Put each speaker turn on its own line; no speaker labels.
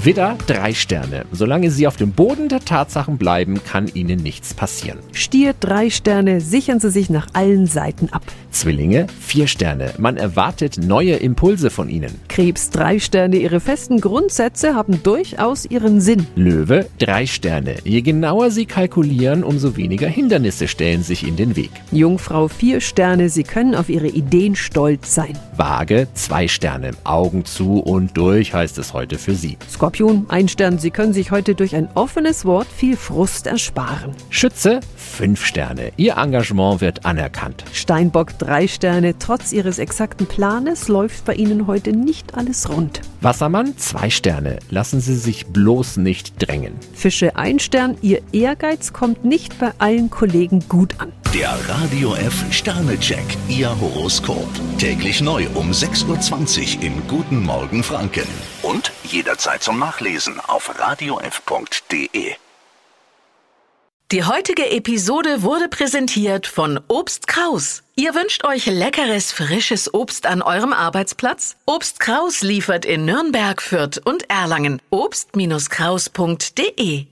Widder, drei Sterne. Solange Sie auf dem Boden der Tatsachen bleiben, kann Ihnen nichts passieren.
Stier, drei Sterne, sichern Sie sich nach allen Seiten ab.
Zwillinge, vier Sterne. Man erwartet neue Impulse von Ihnen.
Krebs, drei Sterne, Ihre festen Grundsätze haben durchaus ihren Sinn.
Löwe, drei Sterne. Je genauer Sie kalkulieren, umso weniger Hindernisse stellen sich in den Weg.
Jungfrau, vier Sterne, Sie können auf Ihre Ideen stolz sein.
Waage, zwei Sterne. Augen zu und durch heißt es heute für Sie.
Skorpion, ein Stern, Sie können sich heute durch ein offenes Wort viel Frust ersparen.
Schütze, fünf Sterne. Ihr Engagement wird anerkannt.
Steinbock, drei Sterne, trotz Ihres exakten Planes läuft bei Ihnen heute nicht alles rund.
Wassermann, zwei Sterne. Lassen Sie sich bloß nicht drängen.
Fische, ein Stern, Ihr Ehrgeiz kommt nicht bei allen Kollegen gut an.
Der Radio F Sternecheck, Ihr Horoskop. Täglich neu um 6.20 Uhr im Guten Morgen Franken. Und jederzeit zum Nachlesen auf radiof.de.
Die heutige Episode wurde präsentiert von Obst Kraus. Ihr wünscht euch leckeres, frisches Obst an eurem Arbeitsplatz? Obst Kraus liefert in Nürnberg, Fürth und Erlangen. Obst-Kraus.de